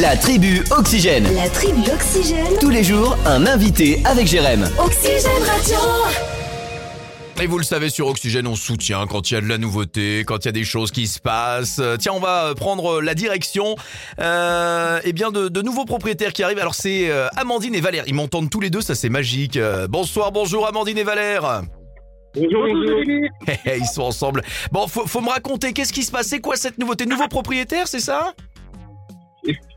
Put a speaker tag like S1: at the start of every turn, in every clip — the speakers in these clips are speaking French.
S1: La tribu Oxygène.
S2: La tribu Oxygène.
S1: Tous les jours, un invité avec Jérém.
S2: Oxygène Radio.
S3: Et vous le savez, sur Oxygène, on soutient quand il y a de la nouveauté, quand il y a des choses qui se passent. Euh, tiens, on va prendre la direction euh, eh bien de, de nouveaux propriétaires qui arrivent. Alors, c'est euh, Amandine et Valère. Ils m'entendent tous les deux, ça c'est magique. Euh, bonsoir, bonjour Amandine et Valère.
S4: Bonjour, bonjour.
S3: Hé, hé, Ils sont ensemble. Bon, faut, faut me raconter, qu'est-ce qui se passe C'est quoi cette nouveauté Nouveau propriétaire, c'est ça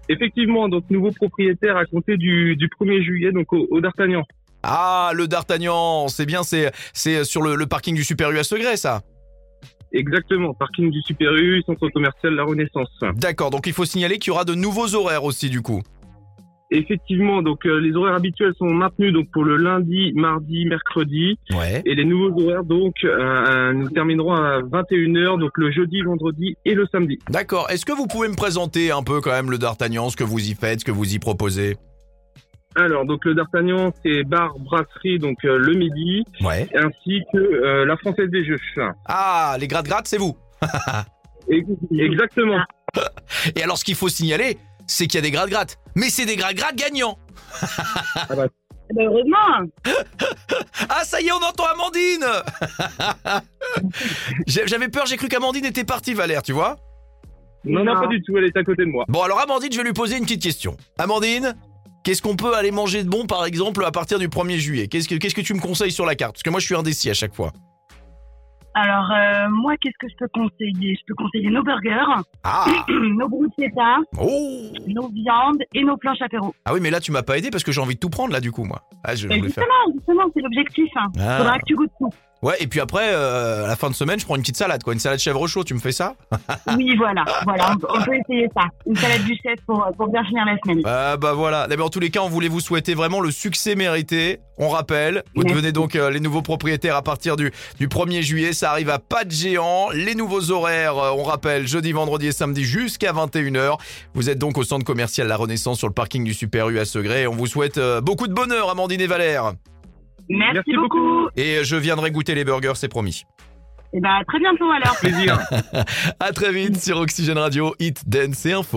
S4: Effectivement, donc nouveau propriétaire à compter du, du 1er juillet, donc au, au D'Artagnan.
S3: Ah, le D'Artagnan, c'est bien, c'est c'est euh, sur le, le parking du Super U à Segré, ça.
S4: Exactement, parking du Super U, centre commercial La Renaissance.
S3: D'accord, donc il faut signaler qu'il y aura de nouveaux horaires aussi, du coup.
S4: Effectivement, donc euh, les horaires habituels sont maintenus donc pour le lundi, mardi, mercredi.
S3: Ouais.
S4: Et les nouveaux horaires, donc, euh, nous terminerons à 21h, donc le jeudi, vendredi et le samedi.
S3: D'accord. Est-ce que vous pouvez me présenter un peu quand même le D'Artagnan, ce que vous y faites, ce que vous y proposez
S4: Alors, donc le D'Artagnan, c'est bar, brasserie, donc euh, le midi,
S3: Ouais.
S4: ainsi que euh, la Française des Jeux.
S3: Ah, les gratte-gratte, c'est vous.
S4: Exactement.
S3: Et alors, ce qu'il faut signaler, c'est qu'il y a des gratte-gratte. Mais c'est des gratte-gratte gagnants.
S5: heureusement,
S3: Ah, ça y est, on entend Amandine J'ai- J'avais peur, j'ai cru qu'Amandine était partie, Valère, tu vois.
S4: Non, non, pas du tout, elle est à côté de moi.
S3: Bon, alors, Amandine, je vais lui poser une petite question. Amandine Qu'est-ce qu'on peut aller manger de bon, par exemple, à partir du 1er juillet Qu'est-ce que, qu'est-ce que tu me conseilles sur la carte Parce que moi, je suis indécis à chaque fois.
S5: alors euh, moi, qu'est-ce que je peux conseiller Je peux conseiller nos burgers,
S3: Ah
S5: nos bruschettas,
S3: Oh
S5: nos viandes et nos planches apéro.
S3: Ah oui, mais là, tu m'as pas aidé parce que j'ai envie de tout prendre, là, du coup, moi. Ah, je
S5: Et
S3: voulais faire.
S5: justement, justement, c'est l'objectif. Hein.
S3: Ah.
S5: Faudra que tu goûtes tout.
S3: Ouais, et puis après, euh, à la fin de semaine, je prends une petite salade, quoi. Une salade chèvre chaud, tu me fais ça
S5: Oui, voilà, voilà, on, peut- on peut essayer ça. Une salade duchesse pour, euh, pour bien finir la semaine.
S3: Bah, bah voilà. Mais en tous les cas, on voulait vous souhaiter vraiment le succès mérité. On rappelle, vous
S5: Merci.
S3: devenez donc euh, les nouveaux propriétaires à partir du, du 1er juillet. Ça arrive à pas de géant. Les nouveaux horaires, euh, on rappelle, jeudi, vendredi et samedi jusqu'à 21h. Vous êtes donc au centre commercial La Renaissance sur le parking du Super U à Segré. On vous souhaite euh, beaucoup de bonheur, Amandine et Valère.
S5: Merci,
S4: Merci
S5: beaucoup.
S4: beaucoup.
S3: Et euh, je viendrai goûter les burgers, c'est promis.
S5: Et Eh ben à très bientôt alors.
S4: Plaisir.
S3: À très vite sur Oxygène Radio, Hit Dance et Info.